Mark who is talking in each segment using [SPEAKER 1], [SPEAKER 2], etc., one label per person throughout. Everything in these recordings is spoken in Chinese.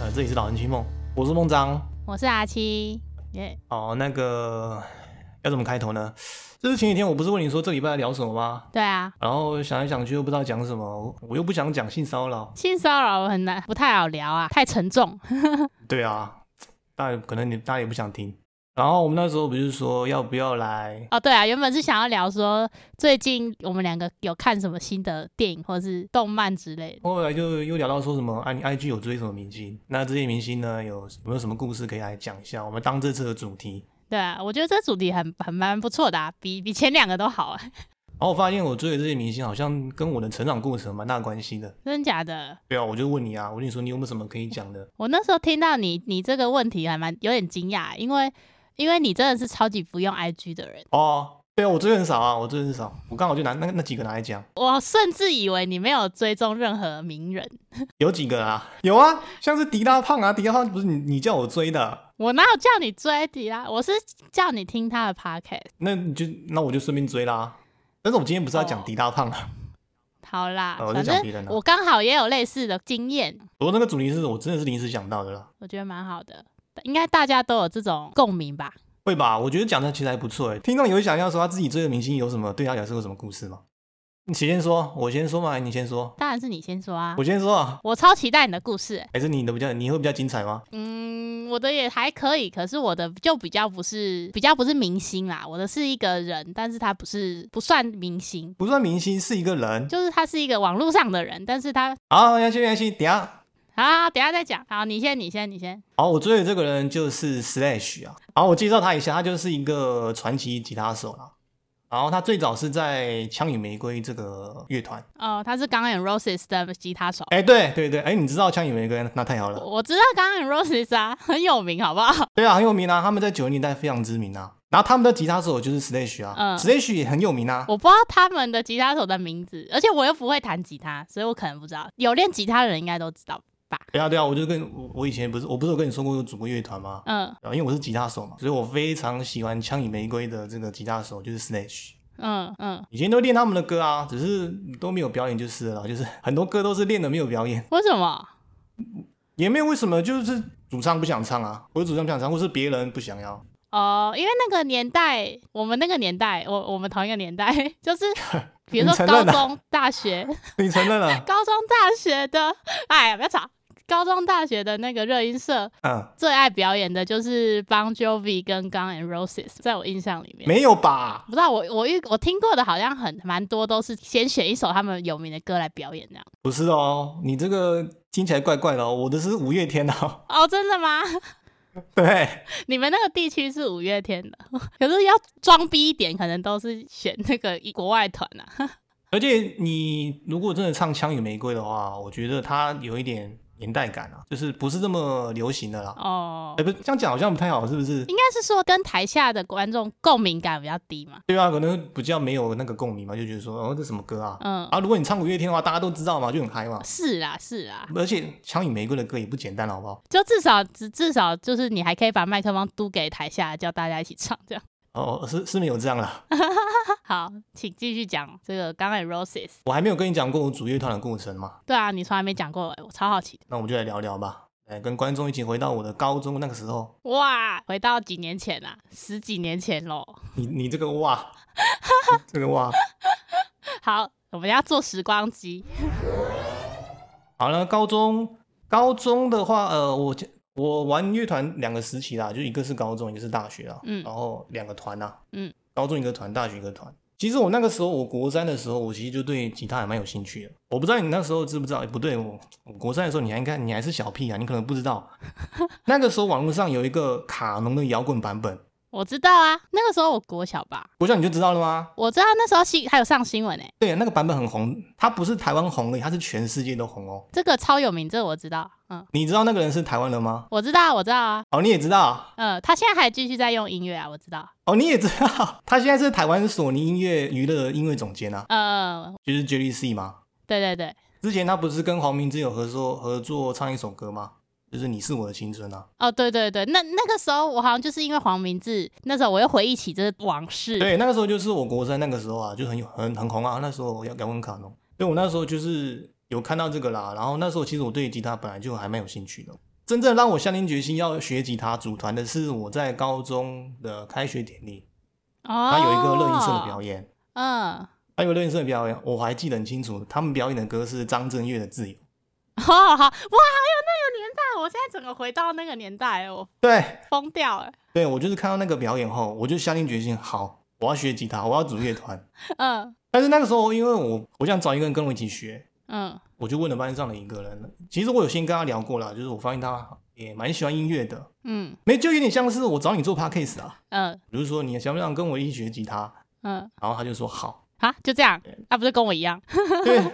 [SPEAKER 1] 呃，这里是老人区梦，我是孟章。
[SPEAKER 2] 我是阿七，耶、
[SPEAKER 1] 哦，那个要怎么开头呢？就是前几天我不是问你说这礼拜要聊什么吗？
[SPEAKER 2] 对啊，
[SPEAKER 1] 然后想来想去又不知道讲什么，我又不想讲性骚扰。
[SPEAKER 2] 性骚扰很难，不太好聊啊，太沉重。
[SPEAKER 1] 对啊，大家可能你大家也不想听。然后我们那时候不是说要不要来？
[SPEAKER 2] 哦，对啊，原本是想要聊说最近我们两个有看什么新的电影或是动漫之类的。
[SPEAKER 1] 后来就又聊到说什么，哎、你 IG 有追什么明星？那这些明星呢，有有没有什么故事可以来讲一下？我们当这次的主题。
[SPEAKER 2] 对啊，我觉得这主题很很蛮不错的、啊，比比前两个都好啊，
[SPEAKER 1] 然后我发现我追的这些明星好像跟我的成长过程蛮大关系的。
[SPEAKER 2] 真的假的？
[SPEAKER 1] 对啊，我就问你啊，我跟你说你有没有什么可以讲的？
[SPEAKER 2] 我那时候听到你你这个问题还蛮有点惊讶，啊因为因为你真的是超级不用 IG 的人，
[SPEAKER 1] 哦，对啊，我追的很少啊，我追的很少，我刚好就拿那那几个拿来讲，
[SPEAKER 2] 我甚至以为你没有追踪任何名人，
[SPEAKER 1] 有几个啊？有啊，像是迪拉胖啊，迪拉胖不是你你叫我追的，
[SPEAKER 2] 我哪有叫你追迪拉？我是叫你听他的 podcast。
[SPEAKER 1] 那你就那我就顺便追啦。但是我今天不是要讲迪拉胖啊，
[SPEAKER 2] 好啦，
[SPEAKER 1] 哦我在
[SPEAKER 2] 哦反
[SPEAKER 1] 讲别人
[SPEAKER 2] 正
[SPEAKER 1] 啊
[SPEAKER 2] 我刚好也有类似的经验，
[SPEAKER 1] 我那个主题是我真的是临时想到的啦，
[SPEAKER 2] 我觉得蛮好的，应该大家都有这种共鸣吧。
[SPEAKER 1] 会吧？我觉得讲的其实还不错诶。欸听众有想要说啊他自己追的明星有什么对他来说有什么故事吗？你先说，我先说嘛，还是你先说，
[SPEAKER 2] 当然是你先说啊
[SPEAKER 1] 我，先说啊，
[SPEAKER 2] 我超期待你的故事欸、
[SPEAKER 1] 还是你的比较你会比较精彩吗？
[SPEAKER 2] 嗯，我的也还可以，可是我的就比较不是比较不是明星啦，我的是一个人，但是他不是不算明星，
[SPEAKER 1] 不算明星是一个人
[SPEAKER 2] 就是他是一个网络上的人，但是他
[SPEAKER 1] 好，杨先杨先，等一下
[SPEAKER 2] 啊，等一下再讲，好，你先，你先，你先。
[SPEAKER 1] 好，哦我追的这个人就是 Slash 啊。好，我介绍他一下，他就是一个传奇吉他手啦。然后他最早是在《枪与玫瑰》这个乐团。
[SPEAKER 2] 哦，他是《Guns N' Roses》的吉他手，
[SPEAKER 1] 哎，对对对，哎，你知道《枪与玫瑰》？那太好了。
[SPEAKER 2] 我我知道《Guns N' Roses》啊，很有名，好不好？
[SPEAKER 1] 对啊，很有名啊，他们在九零年代非常知名啊。然后他们的吉他手就是 Slash 啊、
[SPEAKER 2] 嗯
[SPEAKER 1] s l a s h 也很有名啊。
[SPEAKER 2] 我不知道他们的吉他手的名字，而且我又不会弹吉他，所以我可能不知道。有练吉他的人应该都知道。
[SPEAKER 1] 对啊对啊，我就跟我我以前不是我不是有跟你说过有组过乐团吗？
[SPEAKER 2] 嗯
[SPEAKER 1] 然后因为我是吉他手嘛，所以我非常喜欢《枪与玫瑰》的这个吉他手就是 Slash。
[SPEAKER 2] 嗯嗯，
[SPEAKER 1] 以前都练他们的歌啊，只是都没有表演就是了啦，就是很多歌都是练的没有表演。
[SPEAKER 2] 为什么？
[SPEAKER 1] 也没有为什么，就是主唱不想唱啊，我主唱不想唱，或是别人不想要。
[SPEAKER 2] 哦，因为那个年代，我们那个年代，我我们同一个年代， 就是 比如
[SPEAKER 1] 你
[SPEAKER 2] 说
[SPEAKER 1] 承
[SPEAKER 2] 高
[SPEAKER 1] 认啊
[SPEAKER 2] 中、大学、
[SPEAKER 1] 你承认了？
[SPEAKER 2] 高中、大学的，哎呀，不要吵。高中、大学的那个热音社
[SPEAKER 1] 嗯，
[SPEAKER 2] 最爱表演的就是 Bon Jovi 跟 Guns N' Roses，在我印象里面，
[SPEAKER 1] 没有吧？
[SPEAKER 2] 不知道我我遇我听过的好像很蛮多都是先选一首他们有名的歌来表演这样。
[SPEAKER 1] 不是哦，你这个听起来怪怪的哦。我的是五月天哦，
[SPEAKER 2] 哦，真的吗？
[SPEAKER 1] 对，
[SPEAKER 2] 你们那个地区是五月天的，可是要装逼一点，可能都是选那个一国外团啊。
[SPEAKER 1] 而且你如果真的唱《枪与玫瑰》的话，我觉得它有一点年代感啊，就是不是这么流行的啦。
[SPEAKER 2] 哦
[SPEAKER 1] 哎、，不是这样讲好像不太好，是不是？
[SPEAKER 2] 应该是说跟台下的观众共鸣感比较低嘛。
[SPEAKER 1] 对啊，可能比较没有那个共鸣嘛，就觉得说，哦，这什么歌啊？
[SPEAKER 2] 嗯，
[SPEAKER 1] 啊，如果你唱五月天的话，大家都知道嘛，就很嗨嘛。
[SPEAKER 2] 是啦是啦，
[SPEAKER 1] 而且《枪与玫瑰》的歌也不简单，好不好？
[SPEAKER 2] 就至少至至少就是你还可以把麦克风嘟给台下，叫大家一起唱这样。
[SPEAKER 1] 哦，是是没有这样啦。
[SPEAKER 2] 好，请继续讲这个《刚才 Roses》。
[SPEAKER 1] 我还没有跟你讲过我组乐团的过程嘛，
[SPEAKER 2] 对啊，你从来没讲过，我超好奇的。
[SPEAKER 1] 那我们就来聊聊吧，来跟观众一起回到我的高中那个时候。
[SPEAKER 2] 哇，回到几年前啊，十几年前喽。
[SPEAKER 1] 你你这个哇， 这个哇，
[SPEAKER 2] 好，我们要做时光机。
[SPEAKER 1] 好了，高中高中的话，呃，我我玩乐团两个时期啦，就一个是高中，一个是大学啊，
[SPEAKER 2] 嗯
[SPEAKER 1] 然后两个团啊，
[SPEAKER 2] 嗯，
[SPEAKER 1] 高中一个团，大学一个团。其实我那个时候，我国三的时候，我其实就对吉他还蛮有兴趣的。我不知道你那时候知不知道？哎诶不对，我我国三的时候，你还应该你还是小屁啊，你可能不知 道。那个时候网络上有一个卡农的摇滚版本，
[SPEAKER 2] 我知道啊，那个时候我国小吧，
[SPEAKER 1] 我想你就知道了吗？
[SPEAKER 2] 我知道那时候新还有上新闻诶、欸
[SPEAKER 1] 对，啊那个版本很红，它不是台湾红而已，它是全世界都红哦。
[SPEAKER 2] 这个超有名，这个我知道。嗯，
[SPEAKER 1] 你知道那个人是台湾人吗？
[SPEAKER 2] 我知道，我知道啊。
[SPEAKER 1] 哦，你也知道，
[SPEAKER 2] 嗯，他现在还继续在用音乐啊，我知道。
[SPEAKER 1] 哦，你也知道，他现在是台湾索尼音乐娱乐音乐总监啊，
[SPEAKER 2] 呃，
[SPEAKER 1] 就是 Jelly C 嘛。
[SPEAKER 2] 对对对，
[SPEAKER 1] 之前他不是跟黄明志有合作合作唱一首歌吗？就是你是我的青春啊。
[SPEAKER 2] 哦，对对对，那那个时候我好像就是因为黄明志，那时候我又回忆起这往事。
[SPEAKER 1] 对，那个时候就是我国三那个时候啊，就很有很很红啊。那时候摇摇滚卡农，所以我那时候就是有看到这个啦。然后那时候其实我对吉他本来就还蛮有兴趣的。真正让我下定决心要学吉他组团的是我在高中的开学典礼，
[SPEAKER 2] 哦，
[SPEAKER 1] 他有一个乐音社的表
[SPEAKER 2] 演。
[SPEAKER 1] 演，
[SPEAKER 2] 嗯，
[SPEAKER 1] 他有乐音社的表演，我还记得很清楚，他们表演的歌是张震岳的《自由》。
[SPEAKER 2] 好好好，哇，还有那个年代，我现在整个回到那个年代，我
[SPEAKER 1] 对，
[SPEAKER 2] 疯掉了。
[SPEAKER 1] 对我就是看到那个表演后，我就下定决心，好，我要学吉他，我要组乐团。
[SPEAKER 2] 嗯
[SPEAKER 1] 但是那个时候，因为我我想找一个人跟我一起学，
[SPEAKER 2] 嗯
[SPEAKER 1] 我就问了班上的一个人，其实我有先跟他聊过了，就是我发现他也蛮喜欢音乐的，
[SPEAKER 2] 嗯
[SPEAKER 1] 没就有点像是我找你做 podcast 啊，
[SPEAKER 2] 嗯
[SPEAKER 1] 比如说你想不想跟我一起学吉他，
[SPEAKER 2] 嗯，
[SPEAKER 1] 然后他就说好，
[SPEAKER 2] 好，就这样，啊，不是跟我一样。
[SPEAKER 1] 对，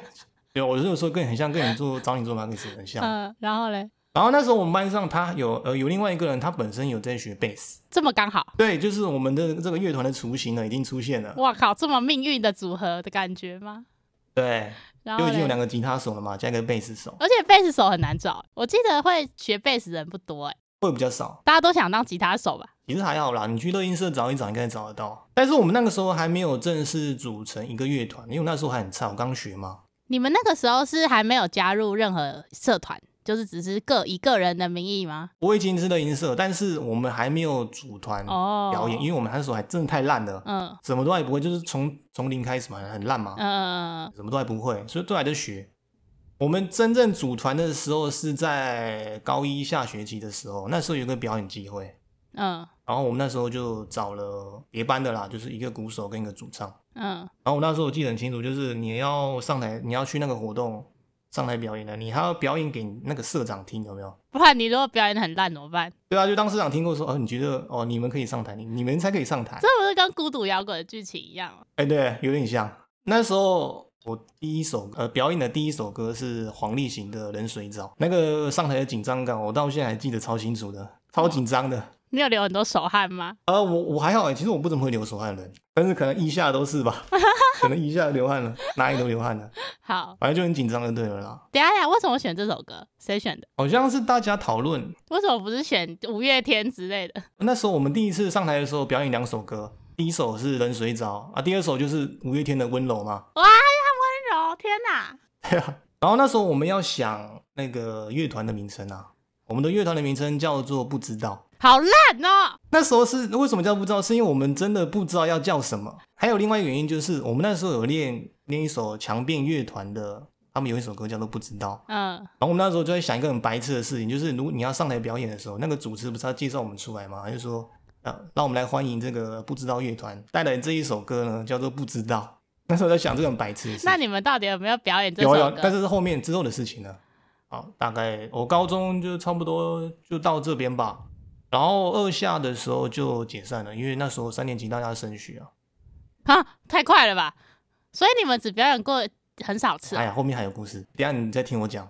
[SPEAKER 1] 对我就说跟很像跟你做找你做 podcast 很像。
[SPEAKER 2] 嗯，然后嘞，
[SPEAKER 1] 然后那时候我们班上他有呃有另外一个人，他本身有在学贝斯，
[SPEAKER 2] 这么刚好，
[SPEAKER 1] 对，就是我们的这个乐团的雏形呢已经出现了，
[SPEAKER 2] 哇靠，这么命运的组合的感觉吗？
[SPEAKER 1] 对，
[SPEAKER 2] 然后
[SPEAKER 1] 就已经有
[SPEAKER 2] 嘞
[SPEAKER 1] 两个吉他手了嘛，加一个贝斯手
[SPEAKER 2] 而且贝斯手很难找，我记得会学贝斯的人不多哎，
[SPEAKER 1] 会比较少。
[SPEAKER 2] 大家都想当吉他手吧？
[SPEAKER 1] 其实还好啦，你去乐音社找一找，应该找得到。但是我们那个时候还没有正式组成一个乐团，因为我那时候还很菜，我刚学嘛。
[SPEAKER 2] 你们那个时候是还没有加入任何社团，就是只是个以个人的名义吗？
[SPEAKER 1] 我已经是乐音社，但是我们还没有组团
[SPEAKER 2] 哦，
[SPEAKER 1] 表演，因为我们那时候还真的太烂了，
[SPEAKER 2] 嗯
[SPEAKER 1] 什么都还不会，就是从从零开始嘛，很烂嘛
[SPEAKER 2] 嗯，嗯
[SPEAKER 1] 什么都还不会，所以都还在学。我们真正组团的时候是在高一下学期的时候，那时候有个表演机会，
[SPEAKER 2] 嗯
[SPEAKER 1] 然后我们那时候就找了别班的啦，就是一个鼓手跟一个主唱。
[SPEAKER 2] 嗯
[SPEAKER 1] 然后我那时候我记得很清楚，就是你要上台，你要去那个活动上台表演的，你还要表演给那个社长听，有没有？
[SPEAKER 2] 不然你如果表演的很烂怎么办？
[SPEAKER 1] 对啊，就当社长听过说，哦，你觉得哦，你们可以上台，你你们才可以上台
[SPEAKER 2] 这。不是跟孤独摇滚的剧情一样吗？
[SPEAKER 1] 哎，对，有点像。那时候我第一首呃表演的第一首歌是黄立行的《冷水澡》，那个上台的紧张感，我到现在还记得超清楚的，超紧张的。
[SPEAKER 2] 你有流很多手汗吗？
[SPEAKER 1] 呃，我我还好哎，其实我不怎么会流手汗的人，但是可能腋下都是吧， 可能腋下流汗了，哪里都流汗了，
[SPEAKER 2] 好，
[SPEAKER 1] 反正就很紧张就对了啦。
[SPEAKER 2] 等一下等一下，为什么选这首歌？谁选的？
[SPEAKER 1] 好像是大家讨论。
[SPEAKER 2] 为什么不是选五月天之类的？
[SPEAKER 1] 那时候我们第一次上台的时候，表演两首歌，第一首是《冷水澡》啊，第二首就是五月天的《温柔》嘛。
[SPEAKER 2] 哇呀，温柔，天哪！
[SPEAKER 1] 对啊。然后那时候我们要想那个乐团的名称啊，我们的乐团的名称叫做不知道。
[SPEAKER 2] 好烂哦！
[SPEAKER 1] 那时候是为什么叫不知道？是因为我们真的不知道要叫什么。还有另外一个原因就是，我们那时候有练练一首强辩乐团的，他们有一首歌叫做《不知道》。
[SPEAKER 2] 嗯
[SPEAKER 1] 然后我们那时候就在想一个很白痴的事情，就是如果你要上台表演的时候，那个主持不是要介绍我们出来吗？他就说，啊，让我们来欢迎这个不知道乐团带来这一首歌呢，叫做《不知道》。那时候在想这个很白痴的事
[SPEAKER 2] 那
[SPEAKER 1] 情，
[SPEAKER 2] 你们到底有没有表演这首
[SPEAKER 1] 有
[SPEAKER 2] 歌？
[SPEAKER 1] 有，但是是后面之后的事情呢？好，哦大概我高中就差不多就到这边吧。然后二下的时候就解散了，因为那时候三年级大家升学啊。
[SPEAKER 2] 啊，太快了吧！所以你们只表演过很少次
[SPEAKER 1] 哎
[SPEAKER 2] 哦。
[SPEAKER 1] 呀，后面还有故事，等一下你再听我讲。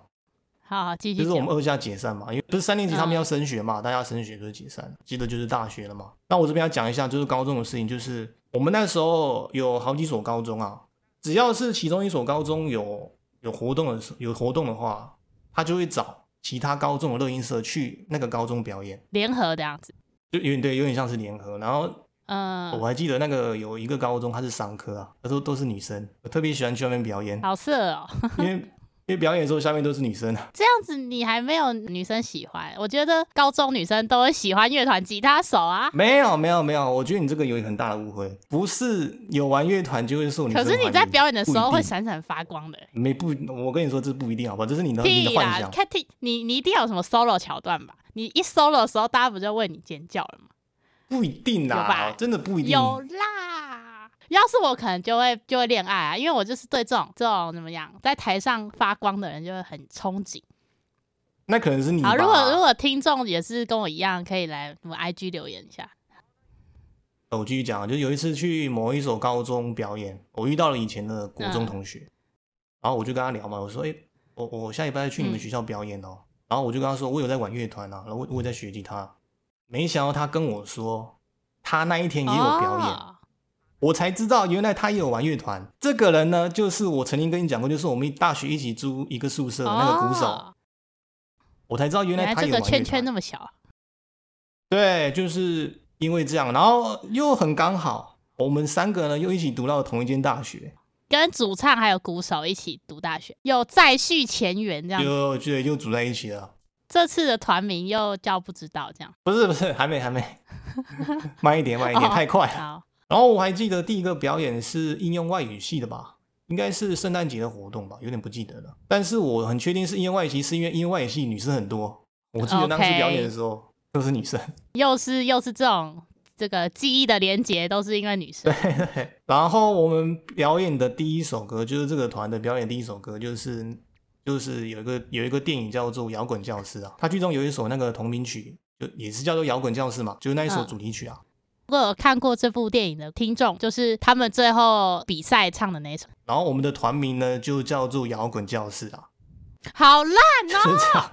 [SPEAKER 2] 好好，继续
[SPEAKER 1] 就是
[SPEAKER 2] 讲。
[SPEAKER 1] 我们二下解散嘛，因为不是三年级他们要升学嘛，大家升学就是解散，记得就是大学了嘛。那我这边要讲一下就是高中的事情，就是我们那时候有好几所高中啊，只要是其中一所高中有有活动的时候有活动的话，他就会找其他高中的乐音社去那个高中表演，
[SPEAKER 2] 联合这样子。
[SPEAKER 1] 就有点对，有点像是联合。然后
[SPEAKER 2] 嗯，
[SPEAKER 1] 我还记得那个有一个高中，他是商科啊，那时候都是女生，我特别喜欢去外面表演，
[SPEAKER 2] 好色哦！
[SPEAKER 1] 因为因为表演的时候下面都是女生啊。
[SPEAKER 2] 这样子你还没有女生喜欢，我觉得高中女生都会喜欢乐团吉他手啊。
[SPEAKER 1] 没有没有没有，我觉得你这个有很大的误会，不是有玩乐团就会受女
[SPEAKER 2] 可
[SPEAKER 1] 生
[SPEAKER 2] 是
[SPEAKER 1] 欢
[SPEAKER 2] 你
[SPEAKER 1] 迎
[SPEAKER 2] 在表演的时候
[SPEAKER 1] 不一
[SPEAKER 2] 会
[SPEAKER 1] 定
[SPEAKER 2] 闪闪发光的。
[SPEAKER 1] 没不，我跟你说这不一定好不好？这是你的你的
[SPEAKER 2] 屁
[SPEAKER 1] 幻
[SPEAKER 2] 啦！
[SPEAKER 1] 想。
[SPEAKER 2] 看听你，你一定要有什么 solo 桥段吧？你一 solo 的时候，大家不就为你尖叫了吗？
[SPEAKER 1] 不一定
[SPEAKER 2] 有吧
[SPEAKER 1] 啦，真的不一定。
[SPEAKER 2] 有啦，要是我可能就会就会恋爱啊，因为我就是对这种这种怎么样，在台上发光的人就会很憧憬。
[SPEAKER 1] 那可能是嗯你吧。
[SPEAKER 2] 好，如果如果听众也是跟我一样，可以来我们 IG 留言一下。
[SPEAKER 1] 呃我继续讲啊，就有一次去某一所高中表演，我遇到了以前的国
[SPEAKER 2] 嗯
[SPEAKER 1] 中同学，然后我就跟他聊嘛，我说：“哎、我我下礼拜去你们学校表演哦。
[SPEAKER 2] 嗯
[SPEAKER 1] 然后我就跟他说：“我有在玩乐团啊，然后我我有在学吉他。”没想到他跟我说，他那一天也有表演。
[SPEAKER 2] 哦
[SPEAKER 1] 我才知道原来他也有玩乐团。这个人呢，就是我曾经跟你讲过，就是我们大学一起租一个宿舍的那个鼓手，
[SPEAKER 2] 哦
[SPEAKER 1] 我才知道原
[SPEAKER 2] 原
[SPEAKER 1] 来
[SPEAKER 2] 来
[SPEAKER 1] 他
[SPEAKER 2] 这
[SPEAKER 1] 也有
[SPEAKER 2] 个
[SPEAKER 1] 玩乐
[SPEAKER 2] 圈圈
[SPEAKER 1] 团。
[SPEAKER 2] 那么小，
[SPEAKER 1] 对，就是因为这样，然后又很刚好，我们三个呢又一起读到同一间大学，
[SPEAKER 2] 跟主唱还有鼓手一起读大学，有再续前缘这样子。
[SPEAKER 1] 就就就组在一起了。
[SPEAKER 2] 这次的团名又叫不知道这样。
[SPEAKER 1] 不是不是，还没还没， 慢一点慢一点，
[SPEAKER 2] 哦
[SPEAKER 1] 太快了。
[SPEAKER 2] 好，
[SPEAKER 1] 然后我还记得第一个表演是应用外语系的吧，应该是圣诞节的活动吧，有点不记得了。但是我很确定是应用外语系，是因为应用外语系女生很多。我记得当时
[SPEAKER 2] OK
[SPEAKER 1] 表演的时候都是女生，
[SPEAKER 2] 又是又是这种这个记忆的连结，都是因为女生
[SPEAKER 1] 对。对对。然后我们表演的第一首歌就是这个团的表演第一首歌，就是就是有一个有一个电影叫做《摇滚教师》啊，它剧中有一首那个同名曲，就也是叫做《摇滚教师》嘛，就是那一首
[SPEAKER 2] 嗯
[SPEAKER 1] 主题曲啊。
[SPEAKER 2] 如果有看过这部电影的听众，就是他们最后比赛唱的那一首，
[SPEAKER 1] 然后我们的团名呢就叫做《摇滚教室》啊，
[SPEAKER 2] 好烂
[SPEAKER 1] 就
[SPEAKER 2] 哦！
[SPEAKER 1] 是这样。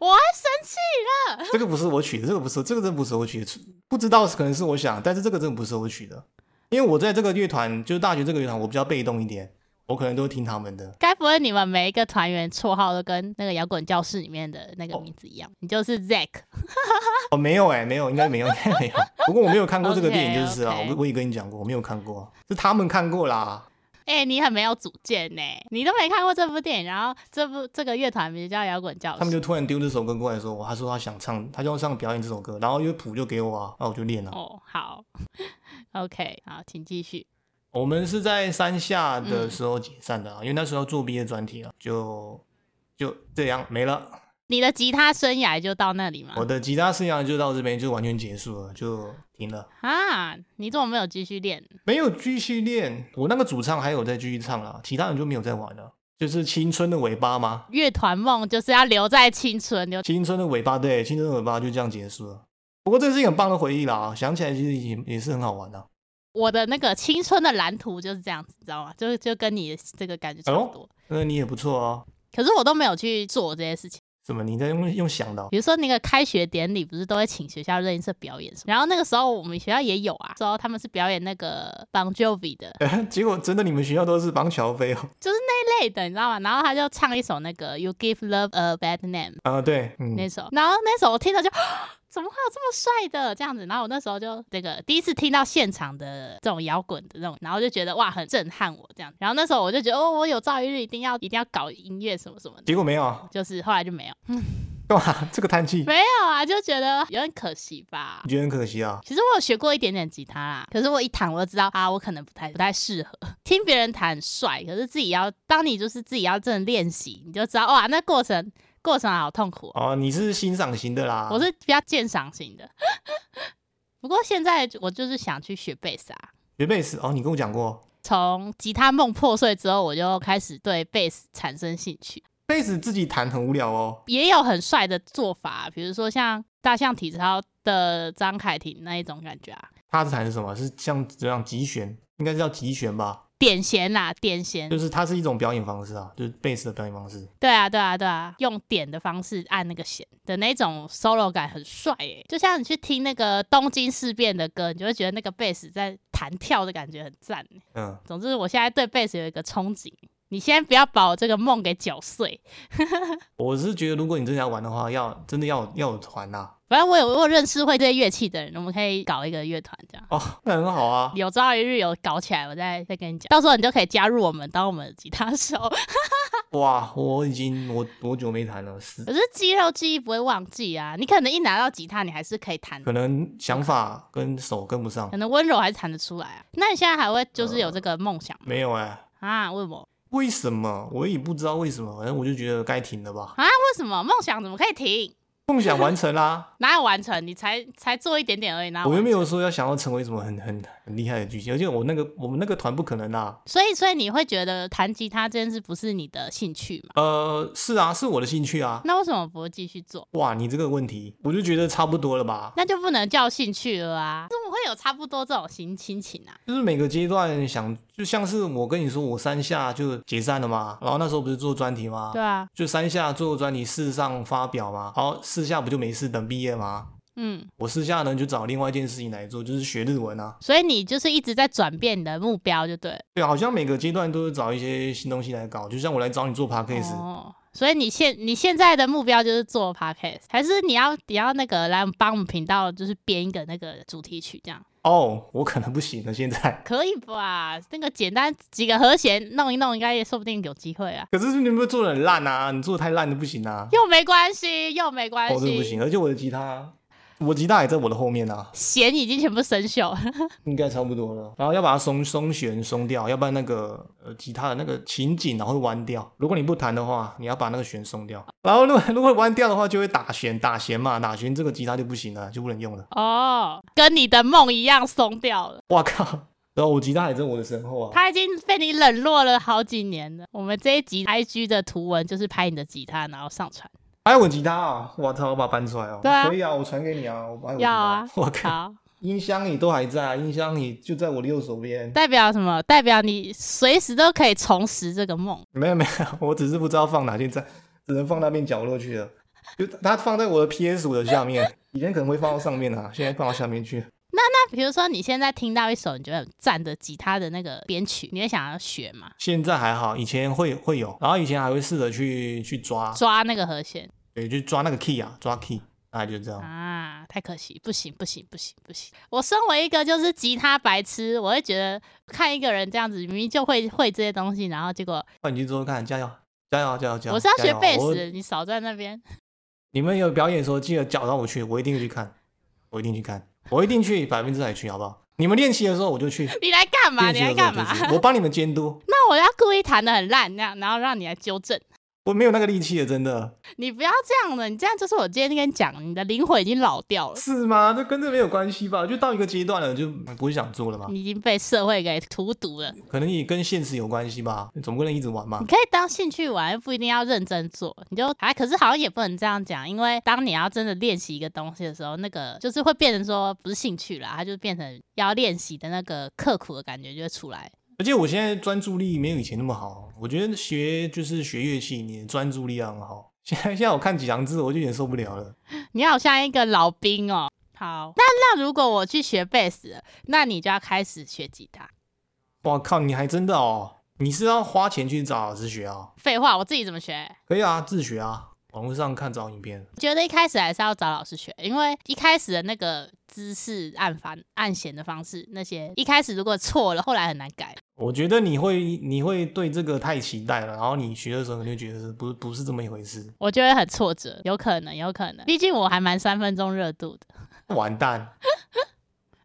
[SPEAKER 2] 我会生气了。
[SPEAKER 1] 这个不是我取的，这个不是，这个真的不是我取的，不知道是可能是我想，但是这个真的不是我取的，因为我在这个乐团，就是大学这个乐团，我比较被动一点，我可能都听他们的。
[SPEAKER 2] 该不会你们每一个团员绰号都跟那个摇滚教室里面的那个名字一样？你就是 Zack，
[SPEAKER 1] 哦，没有哎、没有，应该没有，应该没有。不过我没有看过这 个电影，就
[SPEAKER 2] OK，OK
[SPEAKER 1] 是啦我我也跟你讲过，我没有看过，是他们看过啦。
[SPEAKER 2] 哎、你很没有主见呢、你都没看过这部电影，然后这部这个乐团名叫摇滚教
[SPEAKER 1] 他们
[SPEAKER 2] 室
[SPEAKER 1] 就。突然丢这首歌过来说，他说他想唱，他就要上表演这首歌，然后因为谱就给我啊，那我就练了。
[SPEAKER 2] 哦，好 ，OK，好，请继续。
[SPEAKER 1] 我们是在山下
[SPEAKER 2] 嗯
[SPEAKER 1] 的时候解散的、啊，因为那时候做毕业专题了，就就这样没了。
[SPEAKER 2] 你的吉他生涯就到那里吗？
[SPEAKER 1] 我的吉他生涯就到这边就完全结束了，就停了，
[SPEAKER 2] 啊，你怎么没有继续练？
[SPEAKER 1] 没有继续练。我那个主唱还有在继续唱啦，其他人就没有在玩了，就是青春的尾巴吗？
[SPEAKER 2] 乐团梦就是要留在青春，留
[SPEAKER 1] 青春的尾巴，对，青春的尾巴就这样结束了。不过这是一个很棒的回忆啦，想起来其实也也是很好玩啊的。
[SPEAKER 2] 我的那个青春的蓝图就是这样子，你知道吗？就就跟你的这个感觉差不多。
[SPEAKER 1] 那你也不错哦。
[SPEAKER 2] 可是我都没有去做这些事情，
[SPEAKER 1] 什么？你在用用想的哦、
[SPEAKER 2] 比如说那个开学典礼，不是都会请学校热音社表演什么？然后那个时候我们学校也有啊，之后他们是表演那个 Bon Jovi 的
[SPEAKER 1] 结果真的你们学校都是绑桥飞哦。
[SPEAKER 2] 那一类的，你知道吗？然后他就唱一首那个 You Give Love a Bad Name
[SPEAKER 1] 啊、对，嗯，
[SPEAKER 2] 那首，然后那首我听着就。 怎么会有这么帅的这样子？然后我那时候就这个第一次听到现场的这种摇滚的这种，然后就觉得哇很震撼我这样。然后那时候我就觉得哦，我有朝一日一定要一定要搞音乐什么什么的。
[SPEAKER 1] 结果没有啊，
[SPEAKER 2] 就是后来就没有，
[SPEAKER 1] 干嘛？ 这个叹气，
[SPEAKER 2] 没有啊，就觉得有点可惜吧
[SPEAKER 1] 你。觉得很可惜啊？
[SPEAKER 2] 其实我有学过一点点吉他啦，可是我一弹我就知道啊，我可能不太不太适合。 听别人弹很帅，可是自己要当你就是自己要真的练习，你就知道哇，那过程过程好痛苦哦、
[SPEAKER 1] 哦，你是欣赏型的啦，
[SPEAKER 2] 我是比较鉴赏型的。 不过现在我就是想去学贝斯啊。
[SPEAKER 1] 学贝斯哦，你跟我讲过，
[SPEAKER 2] 从吉他梦破碎之后，我就开始对贝斯产生兴趣。
[SPEAKER 1] 贝斯自己弹很无聊哦。
[SPEAKER 2] 也有很帅的做法，啊比如说像大象体操的张凯婷那一种感觉啊，
[SPEAKER 1] 他是弹是什么？是像这样击弦，应该是叫击弦吧？
[SPEAKER 2] 点弦啦，点弦
[SPEAKER 1] 就，是它是一种表演方式啊，就是贝斯的表演方式。
[SPEAKER 2] 对啊，对啊，对啊，用点的方式按那个弦的那种 solo 感很帅耶，就像你去听那个东京事变的歌，你就会觉得那个贝斯在弹跳的感觉很赞耶。
[SPEAKER 1] 嗯，
[SPEAKER 2] 总之，我现在对贝斯有一个憧憬。你先不要把我这个梦给搅碎，
[SPEAKER 1] 我是觉得如果你真的要玩的话，要真的要要有团啊呐、
[SPEAKER 2] 反正我有我有认识会这些乐器的人，我们可以搞一个乐团这样。
[SPEAKER 1] 哦，那很好啊。
[SPEAKER 2] 有朝一日有搞起来，我再再跟你讲，到时候你就可以加入我们，当我们的吉他手。
[SPEAKER 1] 哇，我已经我多久没弹了？是
[SPEAKER 2] 可是肌肉记忆不会忘记啊，你可能一拿到吉他，你还是可以弹，
[SPEAKER 1] 可能想法跟手跟不上
[SPEAKER 2] 可。能温柔还是弹得出来啊。那你现在还会就是有这个梦想吗？
[SPEAKER 1] 没有哎、
[SPEAKER 2] 啊？为什么
[SPEAKER 1] 为什么？我也不知道为什么，反正我就觉得该停了吧。
[SPEAKER 2] 啊？为什么梦想怎么可以停？
[SPEAKER 1] 梦想完成啦，
[SPEAKER 2] 哪有完成？你才才做一点点而已，哪有
[SPEAKER 1] 我
[SPEAKER 2] 完
[SPEAKER 1] 又没有说要想要成为什么很很很厉害的巨星，而且我那个我们那个团不可能啊啦、
[SPEAKER 2] 所以所以你会觉得弹吉他这件事不是你的兴趣嘛？
[SPEAKER 1] 呃，是啊，是我的兴趣啊。
[SPEAKER 2] 那为什么不会继续做？
[SPEAKER 1] 哇，你这个问题，我就觉得差不多了吧。
[SPEAKER 2] 那就不能叫兴趣了啊！怎么会有差不多这种心心情啊？
[SPEAKER 1] 就是每个阶段想，就像是我跟你说，我三下就解散了嘛，然后那时候不是做专题吗
[SPEAKER 2] 对？啊，
[SPEAKER 1] 就三下做专题，四上发表嘛，然后四下不就没事等毕业吗？
[SPEAKER 2] 嗯，
[SPEAKER 1] 我私下呢就找另外一件事情来做，就是学日文啊。
[SPEAKER 2] 所以你就是一直在转变你的目标，就对了。
[SPEAKER 1] 对，好像每个阶段都是找一些新东西来搞，就像我来找你做 podcast，、
[SPEAKER 2] 哦，所以你现你现在的目标就是做 podcast，还是你要你要那个来帮我们频道就是编一个那个主题曲这样？
[SPEAKER 1] 哦，我可能不行了现在。
[SPEAKER 2] 可以吧？那个简单几个和弦弄一弄，应该也说不定有机会啊。
[SPEAKER 1] 可是你们做的很烂啊，你做的太烂的不行啊，
[SPEAKER 2] 又没关系，又没关
[SPEAKER 1] 哦，这不
[SPEAKER 2] 系，
[SPEAKER 1] 行。而且我的吉他，我吉他也在我的后面啊，
[SPEAKER 2] 弦已经全部生锈了。
[SPEAKER 1] 应该差不多了。然后要把它松松弦松掉，要不然那个呃吉他的那个琴颈啊然后会弯掉。如果你不弹的话，你要把那个弦松掉。然后如果 如果弯掉的话，就会打弦，打弦嘛，打弦这个吉他就不行了，就不能用了。
[SPEAKER 2] 哦，跟你的梦一样松掉了。
[SPEAKER 1] 哇靠！然后我吉他还在我的身后啊。
[SPEAKER 2] 他已经被你冷落了好几年了。我们这一集 IG 的图文就是拍你的吉他，然后上传。
[SPEAKER 1] 还有我吉他啊！我操，我把它搬出来哦。
[SPEAKER 2] 对啊
[SPEAKER 1] 可以啊，我传给你啊。我把我吉他
[SPEAKER 2] 要啊
[SPEAKER 1] 我靠，
[SPEAKER 2] 好，
[SPEAKER 1] 音箱里都还在啊，音箱里就在我的右手边。
[SPEAKER 2] 代表什么？代表你随时都可以重拾这个梦。
[SPEAKER 1] 没有没有， 我只是不知道放哪些站，只能放那边角落去了。就它放在我的 PS 五的下面，以前可能会放到上面啊，现在放到下面去。
[SPEAKER 2] 那比如说你现在听到一首你觉得很赞的吉他的那个编曲，你会想要学吗？
[SPEAKER 1] 现在还好，以前会会有，然后以前还会试着去去抓，
[SPEAKER 2] 抓那个和弦
[SPEAKER 1] 对，去抓那个 key 啊，抓 key，大概就这样。
[SPEAKER 2] 啊，太可惜，不行不行不行不行！我身为一个就是吉他白痴，我会觉得看一个人这样子，明明就会会这些东西，然后结果
[SPEAKER 1] 换你去做做看，加油，加油，加油，加油！
[SPEAKER 2] 我是要
[SPEAKER 1] 加
[SPEAKER 2] 学
[SPEAKER 1] 油
[SPEAKER 2] 贝
[SPEAKER 1] 啊我
[SPEAKER 2] 斯的，你少在那边。
[SPEAKER 1] 你们有表演的时候，记得叫到我去，我一定会去看，我一定去看，我一定去，百分之百去，好不好？你们练习的时候我就 去，
[SPEAKER 2] 你来干嘛？
[SPEAKER 1] 练
[SPEAKER 2] 你
[SPEAKER 1] 习
[SPEAKER 2] 来
[SPEAKER 1] 的时候
[SPEAKER 2] 干
[SPEAKER 1] 我
[SPEAKER 2] 嘛？
[SPEAKER 1] 就去，我帮你们监督。
[SPEAKER 2] 那我要故意弹的很烂，那样然后让你来纠正。
[SPEAKER 1] 我没有那个力气了，真的
[SPEAKER 2] 你不要这样了，你这样就是我今天跟你讲，你的灵魂已经老掉了，
[SPEAKER 1] 是吗？这跟这没有关系吧？就到一个阶段了，就不会想做了嘛。
[SPEAKER 2] 你已经被社会给荼毒了。
[SPEAKER 1] 可能也跟现实有关系吧，总不能一直玩嘛
[SPEAKER 2] 你。可以当兴趣玩，不一定要认真做。你就哎，可是好像也不能这样讲，因为当你要真的练习一个东西的时候，那个就是会变成说不是兴趣啦，它就变成要练习的那个刻苦的感觉就会出来。
[SPEAKER 1] 而且我现在专注力没有以前那么好，我觉得学就是学乐器，你的专注力要很好。现在现在我看几行字，我就有点受不了了。
[SPEAKER 2] 你好像一个老兵哦。好， 那那如果我去学贝斯了，那你就要开始学吉他。
[SPEAKER 1] 哇靠，你还真的哦？你是要花钱去找老师学啊、
[SPEAKER 2] 废话，我自己怎么学？
[SPEAKER 1] 可以啊，自学啊，网络上看找影片。
[SPEAKER 2] 觉得一开始还是要找老师学，因为一开始的那个姿势按反按弦的方式，那些一开始如果错了，后来很难改。
[SPEAKER 1] 我觉得你会你会对这个太期待了，然后你学的时候可能就觉得是不不是这么一回事，
[SPEAKER 2] 我觉得很挫折，有可能，有可能，毕竟我还蛮三分钟热度的。
[SPEAKER 1] 完蛋！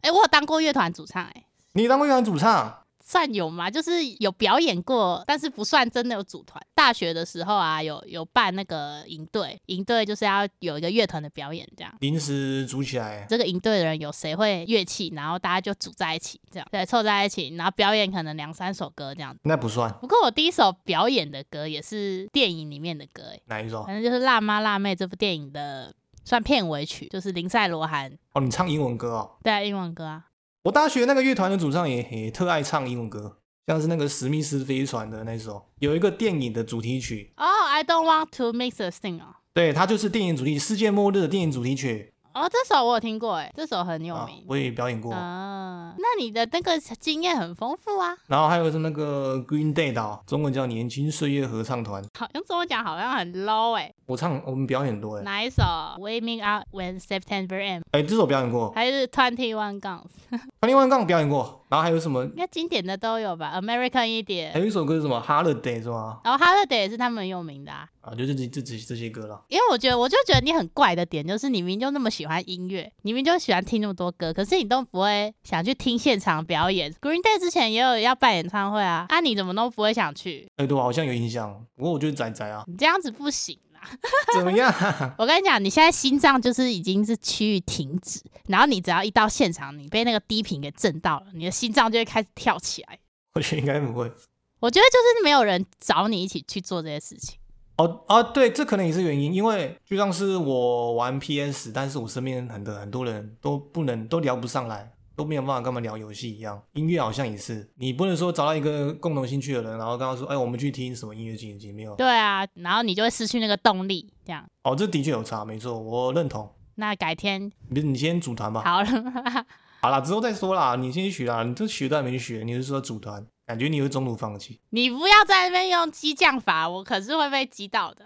[SPEAKER 2] 哎、我有当过乐团主唱、哎，
[SPEAKER 1] 你当过乐团主唱，
[SPEAKER 2] 算有吗？就是有表演过，但是不算真的有组团。大学的时候啊，有有办那个营队，营队就是要有一个乐团的表演这样。
[SPEAKER 1] 临时组起来，
[SPEAKER 2] 这个营队的人有谁会乐器，然后大家就组在一起，这样对，凑在一起，然后表演可能两三首歌这样
[SPEAKER 1] 那不算
[SPEAKER 2] 不过我第一首表演的歌也是电影里面的歌，哎，
[SPEAKER 1] 哪一首
[SPEAKER 2] 反？正就是《辣妈辣妹》这部电影的算片尾曲，就是林赛罗韩
[SPEAKER 1] 哦，你唱英文歌哦。
[SPEAKER 2] 对啊，英文歌啊。
[SPEAKER 1] 我大学那个乐团的主唱也也特爱唱英文歌，像是那个史密斯飞船的那首，有一个电影的主题曲，
[SPEAKER 2] 哦、i don't want to mix a thing 哦，
[SPEAKER 1] 对，它就是电影主题，世界末日的电影主题曲
[SPEAKER 2] 哦，这首我有听过，哎，这首很有
[SPEAKER 1] 啊
[SPEAKER 2] 名，。
[SPEAKER 1] 我也表演过。
[SPEAKER 2] 啊，那你的那个经验很丰富啊，
[SPEAKER 1] 然后还有是那个 Green Day 的哦、中文叫年轻岁月合唱团，
[SPEAKER 2] 好用中文讲好像很 low 哎、
[SPEAKER 1] 我唱我们表演很多哎。
[SPEAKER 2] 哪一首？Waving Out When September Ends，
[SPEAKER 1] 哎、这首表演过，
[SPEAKER 2] 还是 Twenty One Guns？
[SPEAKER 1] 另外杠表演过，然后还有什么？
[SPEAKER 2] 应该经典的都有吧，American 一
[SPEAKER 1] 还
[SPEAKER 2] 点，
[SPEAKER 1] 有一首歌是什么？Holiday 是吗？
[SPEAKER 2] 然后 Holiday 也是他们很有名的、啊。
[SPEAKER 1] 啊，就是这这这这些歌了。
[SPEAKER 2] 因为我觉得，我就觉得你很怪的点就是，你明明就那么喜欢音乐，你明明就喜欢听那么多歌，可是你都不会想去听现场表演。Green Day 之前也有要办演唱会啊，啊，你怎么都不会想去？，
[SPEAKER 1] 哎、对我好像有印象，不过我就是仔仔啊
[SPEAKER 2] 你这样子不行啦！
[SPEAKER 1] 怎么样？
[SPEAKER 2] 我跟你讲，你现在心脏就是已经是趋于停止，然后你只要一到现场，你被那个低频给震到了，你的心脏就会开始跳起来。
[SPEAKER 1] 我觉得应该不会。
[SPEAKER 2] 我觉得就是没有人找你一起去做这些事情。
[SPEAKER 1] 哦啊，对，这可能也是原因，因为就像是我玩 PS，但是我身边很多很多人都不能都聊不上来，都没有办法跟他们聊游戏一样。音乐好像也是，你不能说找到一个共同兴趣的人，然后跟他说，哎，我们去听什么音乐节没有？
[SPEAKER 2] 对啊，然后你就会失去那个动力，这样。
[SPEAKER 1] 哦，这的确有差，没错，我认同。
[SPEAKER 2] 那改天
[SPEAKER 1] 你你先组团吧。
[SPEAKER 2] 好了，
[SPEAKER 1] 好啦，之后再说啦。你先学啦，你这学都还没学，你就说组团，感觉你会中途放弃。
[SPEAKER 2] 你不要在那边用激将法，我可是会被激到的。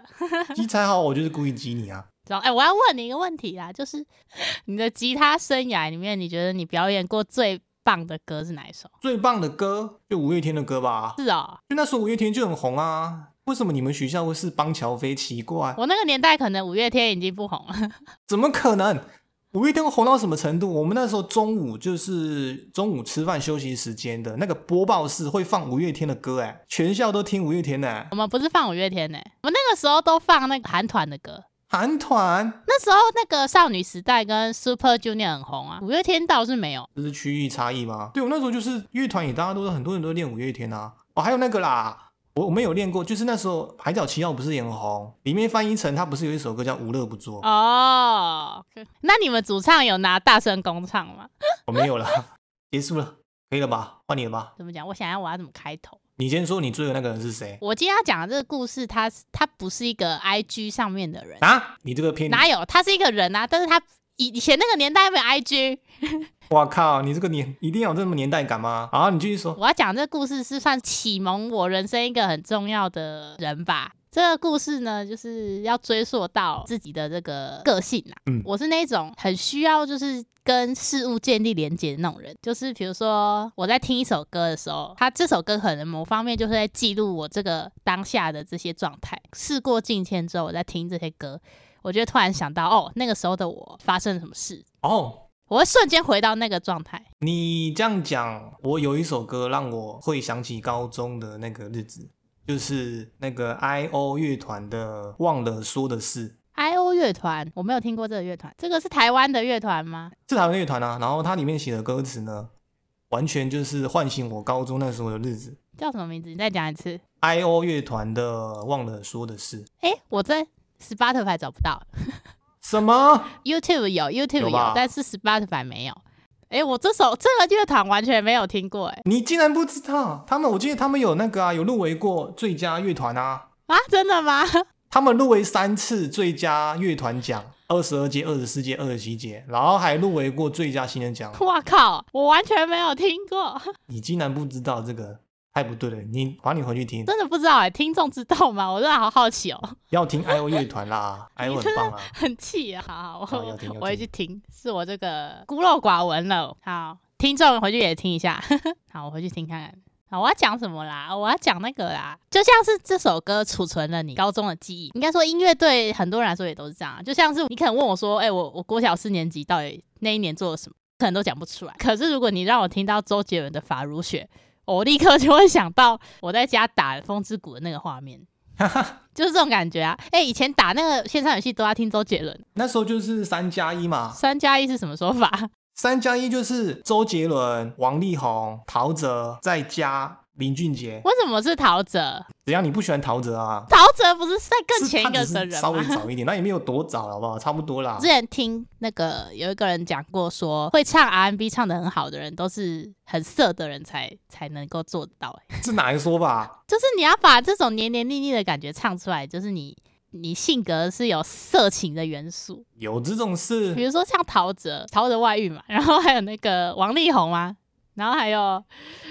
[SPEAKER 1] 鸡 才好，我就是故意激你啊。
[SPEAKER 2] 然后，哎、我要问你一个问题啊，就是你的吉他生涯里面，你觉得你表演过最棒的歌是哪一首？
[SPEAKER 1] 最棒的歌就五月天的歌吧，
[SPEAKER 2] 是哦，
[SPEAKER 1] 就那时候五月天就很红啊。为什么你们学校会是帮乔飞？奇怪，
[SPEAKER 2] 我那个年代可能五月天已经不红了。
[SPEAKER 1] 怎么可能？五月天红到什么程度？我们那时候中午就是中午吃饭休息时间的那个播报室会放五月天的歌、哎，全校都听五月天的、哎
[SPEAKER 2] 我们不是放五月天呢、我们那个时候都放那个韩团的歌。
[SPEAKER 1] 韩团
[SPEAKER 2] 那时候那个少女时代跟 Super Junior 很红啊，五月天倒是没有。
[SPEAKER 1] 这是区域差异吗？对我那时候就是乐团也大家都是很多人都练五月天啊。哦，还有那个啦，我我们有练过，就是那时候《海角七号》不是也很红，里面翻译成他不是有一首歌叫《无乐不作》？
[SPEAKER 2] 哦，那你们主唱有拿大声公唱吗？
[SPEAKER 1] 我、哦没有啦，结束了，可以了吧？换你了吧？
[SPEAKER 2] 怎么讲？我想要我要怎么开头？
[SPEAKER 1] 你先说你追的那个人是谁
[SPEAKER 2] 我今天要讲的这个故事，他他不是一个 IG 上面的人，
[SPEAKER 1] 啊？你这个偏，
[SPEAKER 2] 哪有？他是一个人啊，但是他以以前那个年代没有 IG。
[SPEAKER 1] 我靠，你这个年一定要有这么年代感吗？好，你继续说。
[SPEAKER 2] 我要讲这个故事是算启蒙我人生一个很重要的人吧。这个故事呢，就是要追溯到自己的这个个性啊。
[SPEAKER 1] 嗯
[SPEAKER 2] 我是那种很需要就是跟事物建立连接的那种人。就是比如说我在听一首歌的时候，它这首歌可能某方面就是在记录我这个当下的这些状态。事过境迁之后，我在听这些歌，我就会突然想到，哦，那个时候的我发生了什么事，
[SPEAKER 1] 哦，
[SPEAKER 2] 我会瞬间回到那个状态。
[SPEAKER 1] 你这样讲，我有一首歌让我会想起高中的那个日子，就是那个 I O 乐团的《忘了说的事》。
[SPEAKER 2] I O 乐团，我没有听过这个乐团，这个是台湾的乐团吗？
[SPEAKER 1] 是台湾乐团啊，然后它里面写的歌词呢，完全就是唤醒我高中那时候的日子。
[SPEAKER 2] 叫什么名字？你再讲一次。
[SPEAKER 1] I O 乐团的《忘了说的事》
[SPEAKER 2] 诶，我在 Spotify 找不到
[SPEAKER 1] 什么？
[SPEAKER 2] ，YouTube 有，YouTube 有，
[SPEAKER 1] 有吧
[SPEAKER 2] 但是 Spotify 没有。诶，我这首这个乐团完全没有听过，诶，
[SPEAKER 1] 你竟然不知道？他们我记得他们有那个啊，有入围过最佳乐团啊，
[SPEAKER 2] 啊，真的吗？
[SPEAKER 1] 他们入围三次最佳乐团奖，二十二届、二十四届、二十七届，然后还入围过最佳新人奖。
[SPEAKER 2] 哇靠，我完全没有听过，
[SPEAKER 1] 你竟然不知道这个？太不对了，你把你回去听，
[SPEAKER 2] 真的不知道诶，听众知道吗？我真的好好奇哦，
[SPEAKER 1] 要听 I O 乐团 啦，I O 很棒啊。
[SPEAKER 2] 很气啊！好好，
[SPEAKER 1] 好
[SPEAKER 2] 我
[SPEAKER 1] 要听要
[SPEAKER 2] 我会
[SPEAKER 1] 听
[SPEAKER 2] 去听，是我这个孤陋寡闻了。好，听众回去也听一下。 好，我回去听看看。好，我要讲什么啦？我要讲那个啦，就像是这首歌储存了你高中的记忆。应该说，音乐对很多人来说也都是这样啊。就像是你可能问我说：“哎、我我国小四年级到底那一年做了什么？”可能都讲不出来。可是如果你让我听到周杰伦的《法如雪》，我立刻就会想到我在家打《风之谷》的那个画面。就是这种感觉啊！哎、以前打那个线上游戏都要听周杰伦，
[SPEAKER 1] 那时候就是三加一嘛，
[SPEAKER 2] 三加一是什么 说法？
[SPEAKER 1] 三加一就是周杰伦、王力宏、陶喆，再加林俊杰。
[SPEAKER 2] 为什么是陶喆？
[SPEAKER 1] 只要你不喜欢陶喆啊，
[SPEAKER 2] 陶喆不是在更
[SPEAKER 1] 是
[SPEAKER 2] 前一
[SPEAKER 1] 他
[SPEAKER 2] 个
[SPEAKER 1] 只是
[SPEAKER 2] 的人
[SPEAKER 1] 稍微
[SPEAKER 2] 吗？
[SPEAKER 1] 早一点，那也没有多早了，好不好？差不多啦
[SPEAKER 2] 之。前听那个有一个人讲过说会唱 RMB 唱的很好的人，都是很色的人才才能够做到、欸
[SPEAKER 1] 是哪一说吧？
[SPEAKER 2] 就是你要把这种黏黏腻腻的感觉唱出来，就是你你性格是有色情的元素，
[SPEAKER 1] 有这种
[SPEAKER 2] 比
[SPEAKER 1] 事？
[SPEAKER 2] 如说像陶喆，陶喆外遇嘛，然后还有那个王力宏啊，然后还有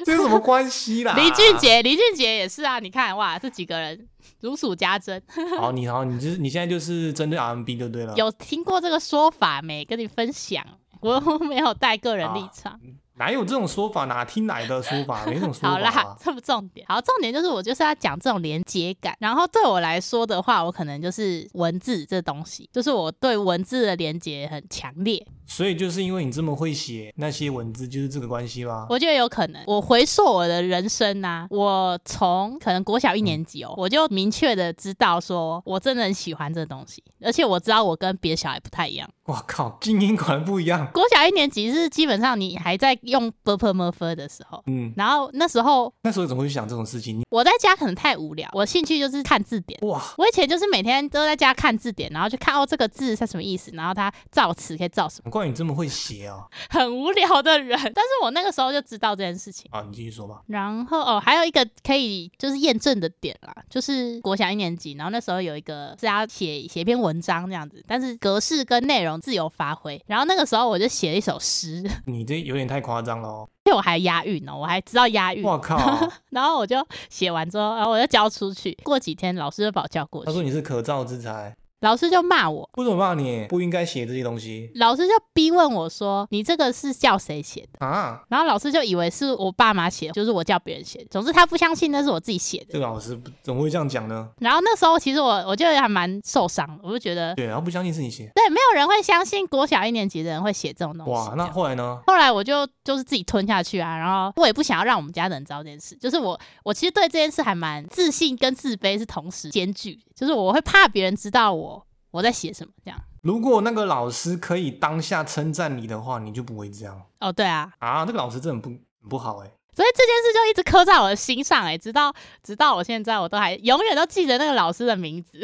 [SPEAKER 1] 这有什么关系 啦？
[SPEAKER 2] 李俊。杰，李俊杰也是啊，你看哇，这几个人如数家珍。
[SPEAKER 1] 好，你好，你就是你现在就是针对 RMB 就对了。
[SPEAKER 2] 有听过这个说法没？跟你分享， 我没有带个人立场。
[SPEAKER 1] 哪有这种说法？哪听来的说 法？没这种说
[SPEAKER 2] 好
[SPEAKER 1] 法、
[SPEAKER 2] 啦
[SPEAKER 1] 啊。，
[SPEAKER 2] 这不重点。好，重点就是我就是要讲这种连接感。然后对我来说的话，我可能就是文字这东西，就是我对文字的连接很强烈。
[SPEAKER 1] 所以就是因为你这么会写那些文字，就是这个关系吧？
[SPEAKER 2] 我觉得有可能，我回溯我的人生呐、我从可能国小一年级哦，我就明确的知道说，我真的很喜欢这东西，而且我知道我跟别的小孩不太一样。
[SPEAKER 1] 哇靠，精英果然不一样。
[SPEAKER 2] 国小一年级是基本上你还在用 b u r p l e m u r f 的时候，
[SPEAKER 1] 嗯，
[SPEAKER 2] 然后那时候
[SPEAKER 1] 那时候怎么会去想这种事情？你
[SPEAKER 2] 我在家可能太无聊，我兴趣就是看字典。
[SPEAKER 1] 哇，
[SPEAKER 2] 我以前就是每天都在家看字典，然后就看哦这个字是什么意思，然后它造词可以造什么。
[SPEAKER 1] 难怪怪你这么会写啊！
[SPEAKER 2] 很无聊的人。但是我那个时候就知道这件事情。
[SPEAKER 1] 啊，你继续说吧。
[SPEAKER 2] 然后哦，还有一个可以就是验证的点啦，就是国小一年级，然后那时候有一个是要写写一篇文章这样子，但是格式跟内容自由发挥。然后那个时候我就写了一首诗， 而
[SPEAKER 1] 你这有点太夸张了哦！
[SPEAKER 2] 且我还押韵哦，我还知道押韵。
[SPEAKER 1] 我 靠，
[SPEAKER 2] 然后我就写完之后，然后我就交出去。过几天老师就把我叫过
[SPEAKER 1] 他说
[SPEAKER 2] 去，
[SPEAKER 1] 你是可造之才，
[SPEAKER 2] 老师就骂我，
[SPEAKER 1] 为什么骂你？不应该写这些东西
[SPEAKER 2] 老师就逼问我说：“你这个是叫谁写的
[SPEAKER 1] 啊？”！
[SPEAKER 2] 然后老师就以为是我爸妈写，就是我叫别人写的。总之他不相信那是我自己写的。
[SPEAKER 1] 这个老师不怎么会这样讲呢？
[SPEAKER 2] 然后那时候其实我我就还蛮受伤的，我就觉得
[SPEAKER 1] 对，然后不相信是你写。
[SPEAKER 2] 对，没有人会相信国小一年级的人会写这种东西。
[SPEAKER 1] 哇，
[SPEAKER 2] 哦这
[SPEAKER 1] 那
[SPEAKER 2] 样
[SPEAKER 1] 后来呢？
[SPEAKER 2] 后来我就就是自己吞下去啊，然后我也不想要让我们家的人知道这件事，就是我我其实对这件事还蛮自信跟自卑是同时兼具，就是我会怕别人知道我我在写什么这样。
[SPEAKER 1] 如果那个老师可以当下称赞你的话，你就不会这样
[SPEAKER 2] 哦，对啊，
[SPEAKER 1] 啊！这个老师真的很不很不好哎、
[SPEAKER 2] 所以这件事就一直刻在我的心上哎、直到直到我现在，我都还永远都记得那个老师的名字。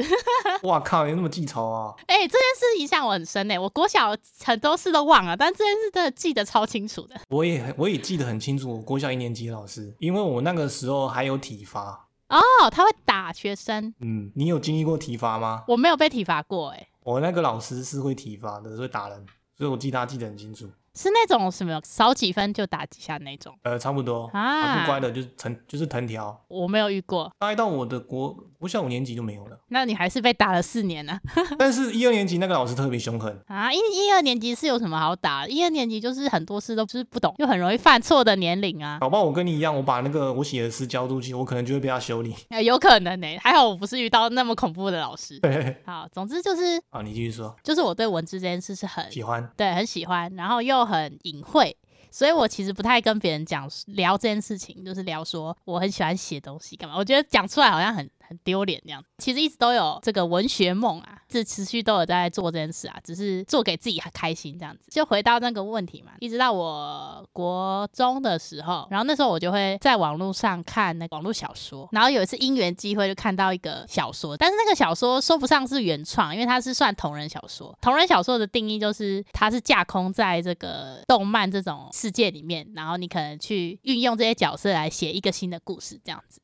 [SPEAKER 1] 哇靠，你那么记仇啊！
[SPEAKER 2] 哎、这件事影响我很深哎、我国小很多事都忘了，但这件事真的记得超清楚的。
[SPEAKER 1] 我也很我也记得很清楚，我国小一年级的老师，因为我那个时候还有体罚。
[SPEAKER 2] 哦，他会打学生，
[SPEAKER 1] 嗯，你有经历过体罚吗？
[SPEAKER 2] 我没有被体罚过哎、
[SPEAKER 1] 我那个老师是会体罚的，是会打人，所以我记他记得很清楚。
[SPEAKER 2] 是那种什么少几分就打几下那种，
[SPEAKER 1] 呃，差不多
[SPEAKER 2] 啊
[SPEAKER 1] 不乖的就是藤就是藤条。
[SPEAKER 2] 我没有遇过。
[SPEAKER 1] 大概到我的国国小五年级就没有了，
[SPEAKER 2] 那你还是被打了四年呢、
[SPEAKER 1] 但是一二年级那个老师特别凶狠，
[SPEAKER 2] 啊！一一二年级是有什么好打？一二年级就是很多事都就是不懂，又很容易犯错的年龄啊、
[SPEAKER 1] 搞不好我跟你一样，我把那个我写的诗交出去，我可能就会被他修理。
[SPEAKER 2] 哎有可能呢、还好我不是遇到那么恐怖的老师。
[SPEAKER 1] 对，
[SPEAKER 2] 好，总之就是
[SPEAKER 1] 啊，你继续说，
[SPEAKER 2] 就是我对文字这件事是很
[SPEAKER 1] 喜欢
[SPEAKER 2] 对很喜欢，然后又很隐晦，所以我其实不太跟别人讲聊这件事情，就是聊说我很喜欢写东西干嘛。我觉得讲出来好像很很丢脸这样。其实一直都有这个文学梦啊，一直持续都有在做这件事啊，只是做给自己开心这样子。就回到那个问题嘛，一直到我国中的时候，然后那时候我就会在网络上看那个网络小说，然后有一次因缘机会就看到一个小说，但是那个小说说不上是原创，因为它是算同人小说。同人小说的定义就是它是架空在这个动漫这种世界里面，然后你可能去运用这些角色来写一个新的故事这样子。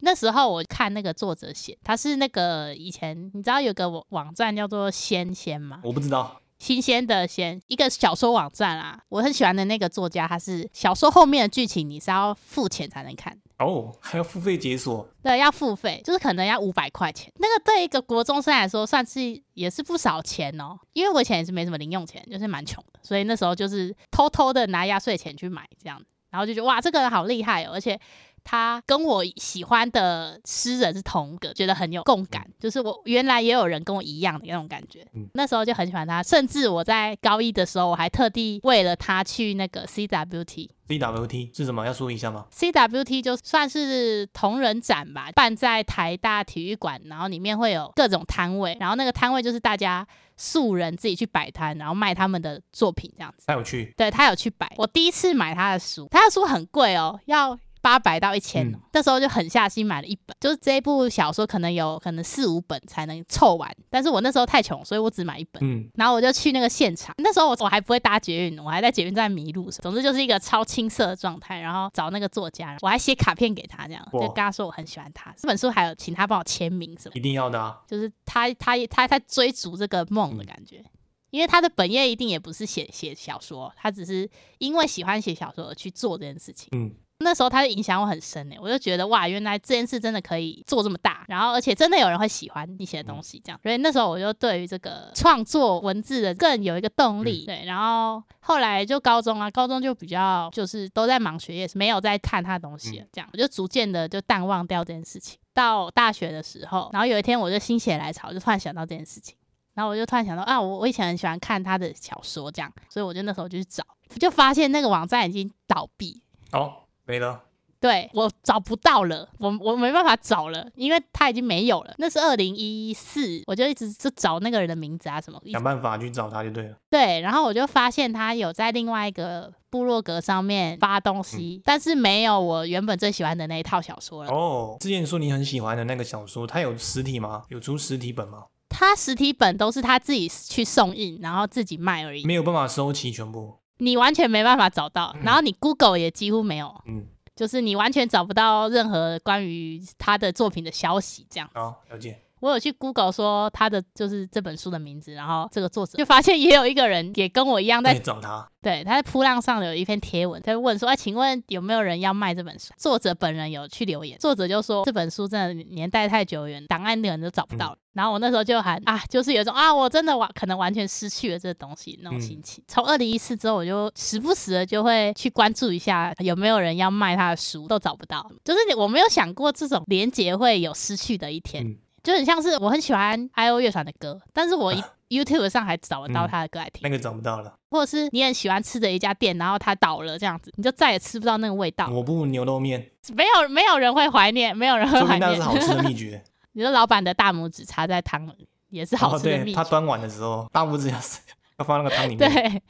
[SPEAKER 2] 那时候我看那个作者写，他是那个以前你知道有个网网站叫做“仙仙”吗？
[SPEAKER 1] 我不知道
[SPEAKER 2] 新鲜的鲜，一个小说网站啊，我很喜欢的那个作家，他是小说后面的剧情你是要付钱才能看。
[SPEAKER 1] 哦，还要付费解锁，
[SPEAKER 2] 对，要付费，就是可能要五百块钱。那个对一个国中生来说，算是也是不少钱哦。因为我以前也是没什么零用钱，就是蛮穷的，所以那时候就是偷偷的拿压岁钱去买这样，然后就觉得哇，这个人好厉害哦，而且。他跟我喜欢的诗人是同个，觉得很有共感，就是我原来也有人跟我一样的那种感觉。
[SPEAKER 1] 嗯
[SPEAKER 2] 那时候就很喜欢他，甚至我在高一的时候，我还特地为了他去那个 CWT，
[SPEAKER 1] CWT 是什么？要说一下吗？
[SPEAKER 2] CWT 就算是同人展吧，办在台大体育馆，然后里面会有各种摊位，然后那个摊位就是大家素人自己去摆摊，然后卖他们的作品这样子。
[SPEAKER 1] 太有趣，
[SPEAKER 2] 对他有去摆，我第一次买他的书，他的书很贵哦，要。八百到一千、哦
[SPEAKER 1] 嗯，
[SPEAKER 2] 那时候就狠下心买了一本，就是这一部小说可能有可能四五本才能凑完，但是我那时候太穷，所以我只买一本。
[SPEAKER 1] 嗯，
[SPEAKER 2] 然后我就去那个现场，那时候我我还不会搭捷运，我还在捷运站迷路，总之就是一个超青涩的状态。然后找那个作家，我还写卡片给他，这样就
[SPEAKER 1] 哇
[SPEAKER 2] 跟他说我很喜欢他，这本书还有请他帮我签名什么，
[SPEAKER 1] 一定要的啊，
[SPEAKER 2] 就是他他他他追逐这个梦的感觉。因为他的本业一定也不是写写小说，他只是因为喜欢写小说而去做这件事情。
[SPEAKER 1] 嗯，
[SPEAKER 2] 那时候他就影响我很深呢，欸我就觉得哇，原来这件事真的可以做这么大，然后而且真的有人会喜欢你写的东西，这样，所以那时候我就对于这个创作文字的更有一个动力。对，然后后来就高中啊，高中就比较就是都在忙学业，没有在看他的东西了，这样，我就逐渐的就淡忘掉这件事情。到大学的时候，然后有一天我就心血来潮，我就突然想到这件事情。然后我就突然想到啊，我我以前很喜欢看他的小说，这样，所以我就那时候就去找，就发现那个网站已经倒闭，
[SPEAKER 1] 哦，没了，
[SPEAKER 2] 对我找不到了，我我没办法找了，因为他已经没有了。那是二零一四，我就一直就找那个人的名字啊什么。一直
[SPEAKER 1] 想办法去找他就对了。
[SPEAKER 2] 对，然后我就发现他有在另外一个部落格上面发东
[SPEAKER 1] 嗯
[SPEAKER 2] 西，但是没有我原本最喜欢的那一
[SPEAKER 1] 哦
[SPEAKER 2] 套小说了。
[SPEAKER 1] 哦，之前说你很喜欢的那个小说，它有实体吗？有出实体本吗？
[SPEAKER 2] 他实体本都是他自己去送印，然后自己卖而已，
[SPEAKER 1] 没有办法收齐全部。
[SPEAKER 2] 你完全没办法找到。然后你 Google 也几乎没有，
[SPEAKER 1] 嗯，
[SPEAKER 2] 就是你完全找不到任何关于他的作品的消息。这样，
[SPEAKER 1] 好，了解。
[SPEAKER 2] 我有去 Google 说他的就是这本书的名字，然后这个作者就发现也有一个人也跟我一样在
[SPEAKER 1] 那你找他，
[SPEAKER 2] 对，他在扑浪上有一篇贴文，他就问说：“哎，请问有没有人要卖这本书？”作者本人有去留言，作者就说：“这本书真的年代太久远，档案的人都找不到了。然后我那时候就喊啊，就是有一种啊，我真的完可能完全失去了这东西那种心情。从二零一四之后，我就时不时的就会去关注一下有没有人要卖他的书，都找不到。就是你我没有想过这种连结会有失去的一天。
[SPEAKER 1] 嗯
[SPEAKER 2] 就很像是我很喜欢 I O 乐团的歌，但是我一 YouTube 上还找得到他的歌来听。
[SPEAKER 1] 那个找不到了。
[SPEAKER 2] 或者是你很喜欢吃的一家店，然后它倒了这样子，你就再也吃不到那个味道。
[SPEAKER 1] 我不牛肉 面，
[SPEAKER 2] 没有没有人会怀念，没有人会
[SPEAKER 1] 说
[SPEAKER 2] 怀
[SPEAKER 1] 明那是
[SPEAKER 2] 念。
[SPEAKER 1] 好吃的秘诀。
[SPEAKER 2] 你说老板的大拇指插在汤里，也是好
[SPEAKER 1] 哦，
[SPEAKER 2] 吃的
[SPEAKER 1] 对
[SPEAKER 2] 秘
[SPEAKER 1] 他
[SPEAKER 2] 诀。
[SPEAKER 1] 端碗的时候，大拇指要 要放那个汤里面。
[SPEAKER 2] 对，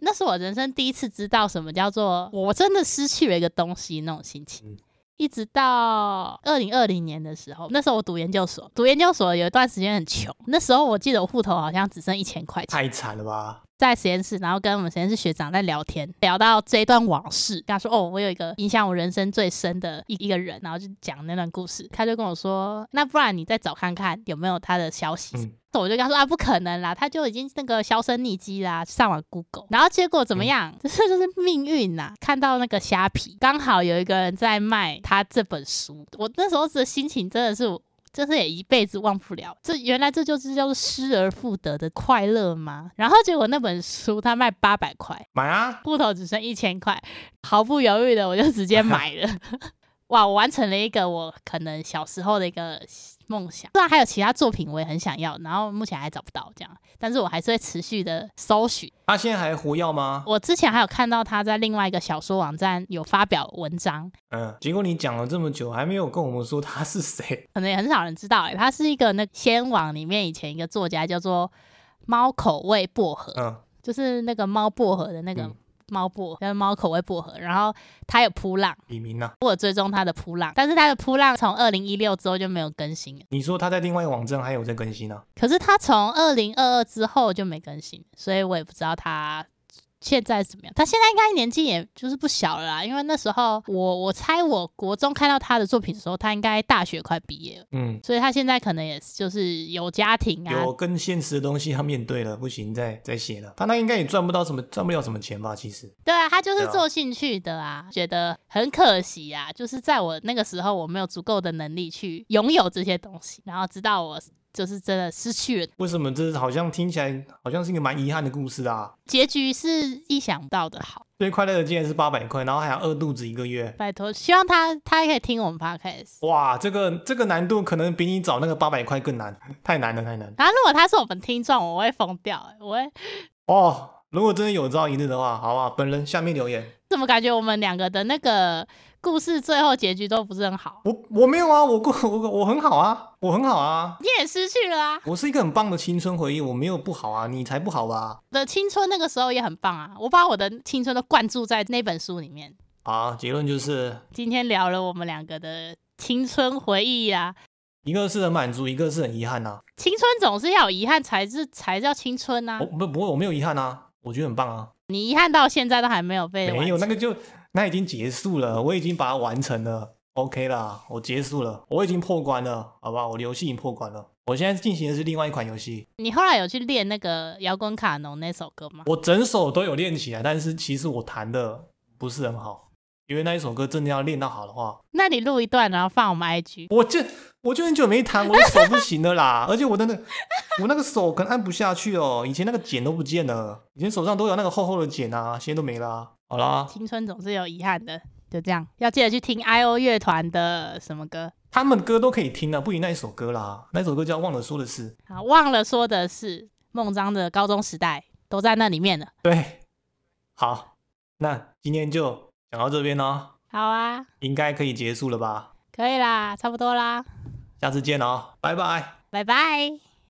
[SPEAKER 2] 那是我人生第一次知道什么叫做我真的失去了一个东西那种心情
[SPEAKER 1] 嗯。
[SPEAKER 2] 一直到二零二零年的时候，那时候我读研究所，读研究所有一段时间很穷。那时候我记得我户头好像只剩一千块钱，
[SPEAKER 1] 太惨了吧？
[SPEAKER 2] 在实验室，然后跟我们实验室学长在聊天，聊到这一段往事，跟他说：“哦，我有一个影响我人生最深的一一个人。”然后就讲那段故事，他就跟我说：“那不然你再找看看有没有他的消息。
[SPEAKER 1] 嗯
[SPEAKER 2] 我就跟他说啊，不可能啦，他就已经那个销声匿迹啦，上网 Google，然后结果怎么样？ 这、就是命运呐、看到那个虾皮，刚好有一个人在卖他这本书，我那时候的心情真的是我。真是也一辈子忘不了，这原来这就是叫做失而复得的快乐吗？然后结果那本书他卖八百块，
[SPEAKER 1] 买啊！
[SPEAKER 2] 户头只剩一千块，毫不犹豫的我就直接买了。 哇，我完成了一个我可能小时候的一个梦想。虽然还有其他作品我也很想要，然后目前还找不到这样，但是我还是会持续的搜寻。
[SPEAKER 1] 他现在还活跃吗？
[SPEAKER 2] 我之前还有看到他在另外一个小说网站有发表文章，
[SPEAKER 1] 嗯，结果你讲了这么久，还没有跟我们说他是谁。
[SPEAKER 2] 可能也很少人知道、欸，他是一个那仙网里面以前一个作家叫做猫口味薄荷，
[SPEAKER 1] 嗯，
[SPEAKER 2] 就是那个猫薄荷的那个
[SPEAKER 1] 嗯
[SPEAKER 2] 猫薄，叫猫口味薄荷，然后他有扑浪。
[SPEAKER 1] 李明啊呐、
[SPEAKER 2] 我有追踪他的扑浪，但是他的扑浪从二零一六之后就没有更新了。
[SPEAKER 1] 你说他在另外一个网站还有在更新呢、啊
[SPEAKER 2] 可是他从二零二二之后就没更新，所以我也不知道他现在怎么样。他现在应该年纪也就是不小了啦，因为那时候我我猜我国中看到他的作品的时候，他应该大学快毕业了，
[SPEAKER 1] 嗯，
[SPEAKER 2] 所以他现在可能也是就是有家庭啊，
[SPEAKER 1] 有跟现实的东西他面对了，不行再再写了。他那应该也赚不到什么，赚不了什么钱吧？其实
[SPEAKER 2] 对啊，他就是
[SPEAKER 1] 对啊
[SPEAKER 2] 做兴趣的啊，觉得很可惜啊，就是在我那个时候，我没有足够的能力去拥有这些东西，然后直到我就是真的失去了，
[SPEAKER 1] 为什么这好像听起来好像是一个蛮遗憾的故事啊？
[SPEAKER 2] 结局是意想不到的好。
[SPEAKER 1] 最快乐的竟然是八百块，然后还要饿肚子一个月。
[SPEAKER 2] 拜托，希望他他也可以听我们 podcast。
[SPEAKER 1] 哇，这个这个难度可能比你找那个八百块更难，太难了，太难了
[SPEAKER 2] 然后如果他是我们听众，我会疯掉、欸，我会
[SPEAKER 1] 哦。如果真的有朝一日的话，好不好？本人下面留言。
[SPEAKER 2] 怎么感觉我们两个的那个故事最后结局都不是很好？
[SPEAKER 1] 我我没有啊，我过我我很好啊，我很好啊，
[SPEAKER 2] 你也失去了啊，
[SPEAKER 1] 我是一个很棒的青春回忆，我没有不好啊，你才不好吧？
[SPEAKER 2] 我的青春那个时候也很棒啊，我把我的青春都灌注在那本书里面。
[SPEAKER 1] 好，啊结论就是
[SPEAKER 2] 今天聊了我们两个的青春回忆啊。
[SPEAKER 1] 一个是很满足，一个是很遗憾啊呐、
[SPEAKER 2] 青春总是要有遗憾才是才叫青春呐、
[SPEAKER 1] 我不不过我没有遗憾啊，我觉得很棒啊，
[SPEAKER 2] 你遗憾到现在都还没有被完
[SPEAKER 1] 没有那
[SPEAKER 2] 成
[SPEAKER 1] 个就那已经结束了，我已经把它完成了，OK 啦，我结束了，我已经破关了，好吧，我游戏已经破关了，我现在进行的是另外一款游戏，
[SPEAKER 2] 你后来有去练那个摇滚卡农那首歌吗？
[SPEAKER 1] 我整首都有练起来，但是其实我弹的不是很好，因为那一首歌真的要练到好的话，
[SPEAKER 2] 那你录一段，然后放我们 IG。
[SPEAKER 1] 我就我就很久没弹，我的手不行了啦， 而且我的那我那个手可能按不下去哦，以前那个茧都不见了，以前手上都有那个厚厚的茧啊，现在都没啦、好啦，
[SPEAKER 2] 青春总是有遗憾的，就这样，要记得去听 I O 乐团的什么歌。
[SPEAKER 1] 他们歌都可以听了，啊不赢那一首歌啦，那首歌叫《忘了说的事》，
[SPEAKER 2] 啊，忘了说的是孟章的高中时代都在那里面了。
[SPEAKER 1] 对，好，那今天就讲到这边哦，
[SPEAKER 2] 好啊，
[SPEAKER 1] 应该可以结束了吧，
[SPEAKER 2] 可以啦，差不多啦，
[SPEAKER 1] 下次见哦，拜拜。
[SPEAKER 2] 拜拜。